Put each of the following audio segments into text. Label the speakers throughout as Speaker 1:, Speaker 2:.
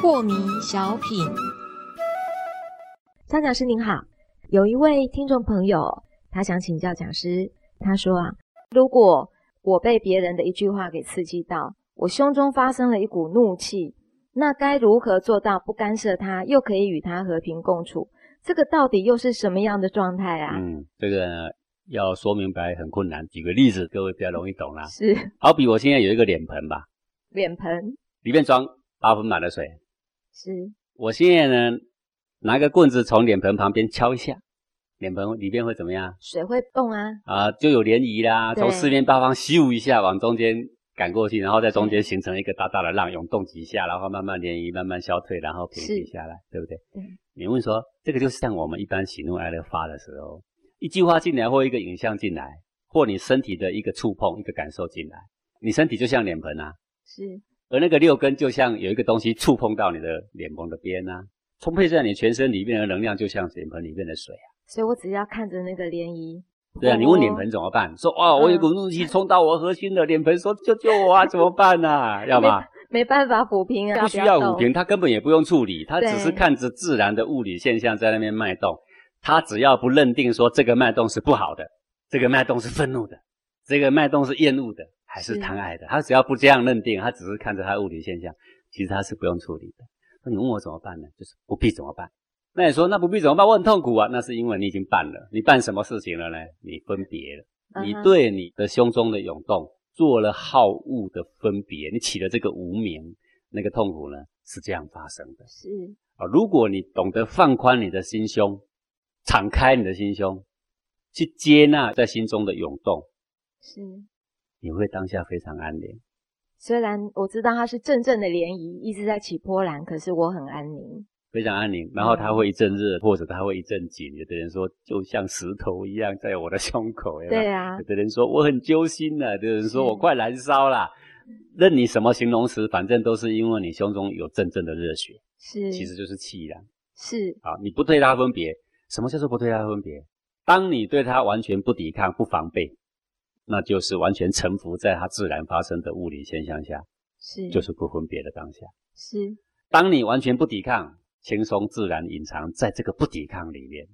Speaker 1: 破迷小品，张讲师您好，有一位听众朋友，他想请教讲师，他说啊，如果我被别人的一句话给刺激到，我胸中发生了一股怒气，那该如何做到不干涉他，又可以与他和平共处？这个到底又是什么样的状态啊？
Speaker 2: 嗯，这个呢要说明白很困难，举个例子各位比较容易懂啦。
Speaker 1: 是
Speaker 2: 好比我现在有一个脸盆吧，
Speaker 1: 脸盆，
Speaker 2: 里面装八分满的水，
Speaker 1: 是
Speaker 2: 我现在呢拿个棍子从脸盆旁边敲一下，脸盆里面会怎么样？
Speaker 1: 水会动啊，
Speaker 2: 啊，就有涟漪啦，
Speaker 1: 对
Speaker 2: 从四面八方咻一下往中间赶过去，然后在中间形成一个大大的浪，涌动几下，然后慢慢涟漪，慢慢消退，然后平息
Speaker 1: 是
Speaker 2: 下来，对不对？
Speaker 1: 对。
Speaker 2: 你问说，这个就像我们一般喜怒哀乐发的时候，一句话进来或一个影像进来，或你身体的一个触碰、一个感受进来，你身体就像脸盆啊，
Speaker 1: 是
Speaker 2: 而那个六根就像有一个东西触碰到你的脸盆的边啊，充沛在你全身里面的能量，就像脸盆里面的水。
Speaker 1: 所以我只要看着那个涟漪。
Speaker 2: 对啊，
Speaker 1: 哦
Speaker 2: 你问脸盆怎么办？说哇，我有股怒气冲到我核心了，脸盆说救救我 啊，怎么办啊？要吧？
Speaker 1: 没办法抚平啊，
Speaker 2: 不需要
Speaker 1: 动
Speaker 2: 五平，他根本也不用处理，他
Speaker 1: 对
Speaker 2: 只是看着自然的物理现象在那边脉动，他只要不认定说这个脉动是不好的，这个脉动是愤怒的，这个脉动是厌恶的，还是
Speaker 1: 是
Speaker 2: 贪爱的，他只要不这样认定，他只是看着他物理现象，其实他是不用处理的。那你问我怎么办呢？就是不必怎么办。那你说那不必怎么办？我很痛苦啊，那是因为你已经办了，你办什么事情了呢？你分别了。你
Speaker 1: 嗯哼
Speaker 2: 对你的胸中的涌动做了好恶的分别，你起了这个无名，那个痛苦呢是这样发生的
Speaker 1: 是
Speaker 2: 啊。如果你懂得放宽你的心胸，敞开你的心胸，去接纳在心中的涌动，
Speaker 1: 是。
Speaker 2: 你会当下非常安宁。
Speaker 1: 虽然我知道它是阵阵的涟漪一直在起波澜，可是我很安宁。
Speaker 2: 非常安宁，然后
Speaker 1: 嗯
Speaker 2: 它会一阵热，或者它会一阵紧。有的人说，就像石头一样在我的胸口，有没有
Speaker 1: 对啊
Speaker 2: 有，的人说我很揪心啊了，有的人说
Speaker 1: 是
Speaker 2: 我快燃烧了，任你什么形容词，反正都是因为你胸中有阵阵的热血，
Speaker 1: 是
Speaker 2: 其实就是气啦。
Speaker 1: 是
Speaker 2: 啊，你不对它分别，什么叫做不对它分别？当你对它完全不抵抗、不防备，那就是完全臣服在它自然发生的物理现象下，
Speaker 1: 是
Speaker 2: 就是不分别的当下。
Speaker 1: 是
Speaker 2: 当你完全不抵抗，轻松自然隐藏在这个不抵抗里面。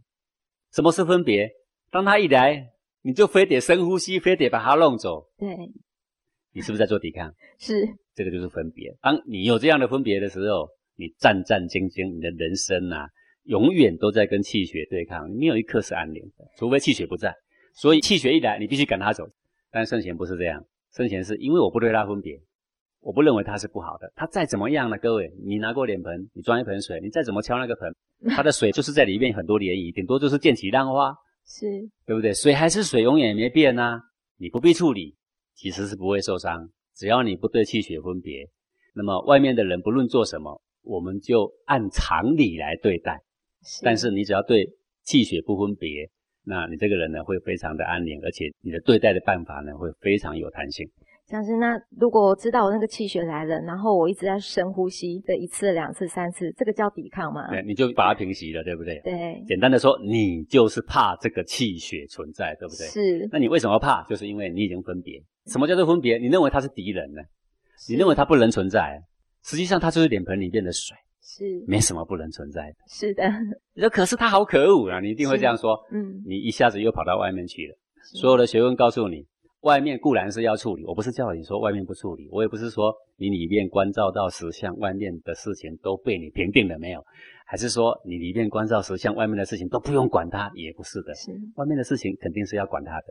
Speaker 2: 什么是分别？当它一来，你就非得深呼吸，非得把它弄走，
Speaker 1: 对
Speaker 2: 你是不是在做抵抗？
Speaker 1: 是
Speaker 2: 这个就是分别。当你有这样的分别的时候，你战战兢兢，你的人生啊，永远都在跟气血对抗，你没有一刻是安宁的，除非气血不在。所以气血一来，你必须赶它走。但圣贤不是这样，圣贤是因为我不对它分别，我不认为它是不好的。它再怎么样呢？各位，你拿过脸盆，你装一盆水，你再怎么敲那个盆，它的水就是在里面很多涟漪，顶多就是溅起浪花，
Speaker 1: 是
Speaker 2: 对不对？水还是水，永远也没变呐、你不必处理，其实是不会受伤。只要你不对气血分别，那么外面的人不论做什么，我们就按常理来对待。
Speaker 1: 是，
Speaker 2: 但是你只要对气血不分别，那你这个人呢会非常的安宁，而且你的对待的办法呢会非常有弹性。
Speaker 1: 像是那如果我知道我那个气血来了，然后我一直在深呼吸的一次、两次、三次，这个叫抵抗吗？
Speaker 2: 对，你就把它平息了，对不对？
Speaker 1: 对
Speaker 2: 简单的说，你就是怕这个气血存在，对不对？
Speaker 1: 是
Speaker 2: 那你为什么怕？就是因为你已经分别。什么叫做分别？你认为他是敌人呢？
Speaker 1: 是
Speaker 2: 你认为它不能存在，实际上它就是脸盆里面的水，
Speaker 1: 是
Speaker 2: 没什么不能存在的。
Speaker 1: 是的，
Speaker 2: 你说可是它好可恶啊！你一定会这样说，
Speaker 1: 嗯，
Speaker 2: 你一下子又跑到外面去了。
Speaker 1: 是
Speaker 2: 所有的学问告诉你，外面固然是要处理，我不是叫你说外面不处理，我也不是说你里面关照到实相，外面的事情都被你平定了没有，还是说你里面关照实相，外面的事情都不用管它，也不是的。
Speaker 1: 是
Speaker 2: 外面的事情肯定是要管它的。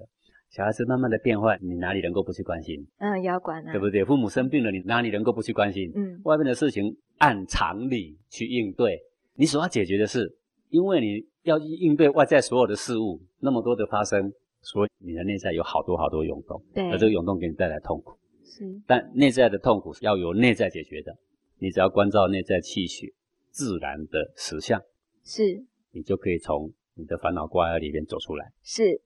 Speaker 2: 小孩子慢慢的变坏，你哪里能够不去关心，
Speaker 1: 嗯，也要管啊，
Speaker 2: 对不对？父母生病了，你哪里能够不去关心？
Speaker 1: 嗯
Speaker 2: 外面的事情按常理去应对。你所要解决的是，因为你要去应对外在所有的事物，那么多的发生，所以你的内在有好多好多涌动，
Speaker 1: 对
Speaker 2: 而这个涌动给你带来痛苦。
Speaker 1: 是
Speaker 2: 但内在的痛苦是要由内在解决的，你只要关照内在气血自然的实相，
Speaker 1: 是
Speaker 2: 你就可以从你的烦恼挂碍里面走出来。
Speaker 1: 是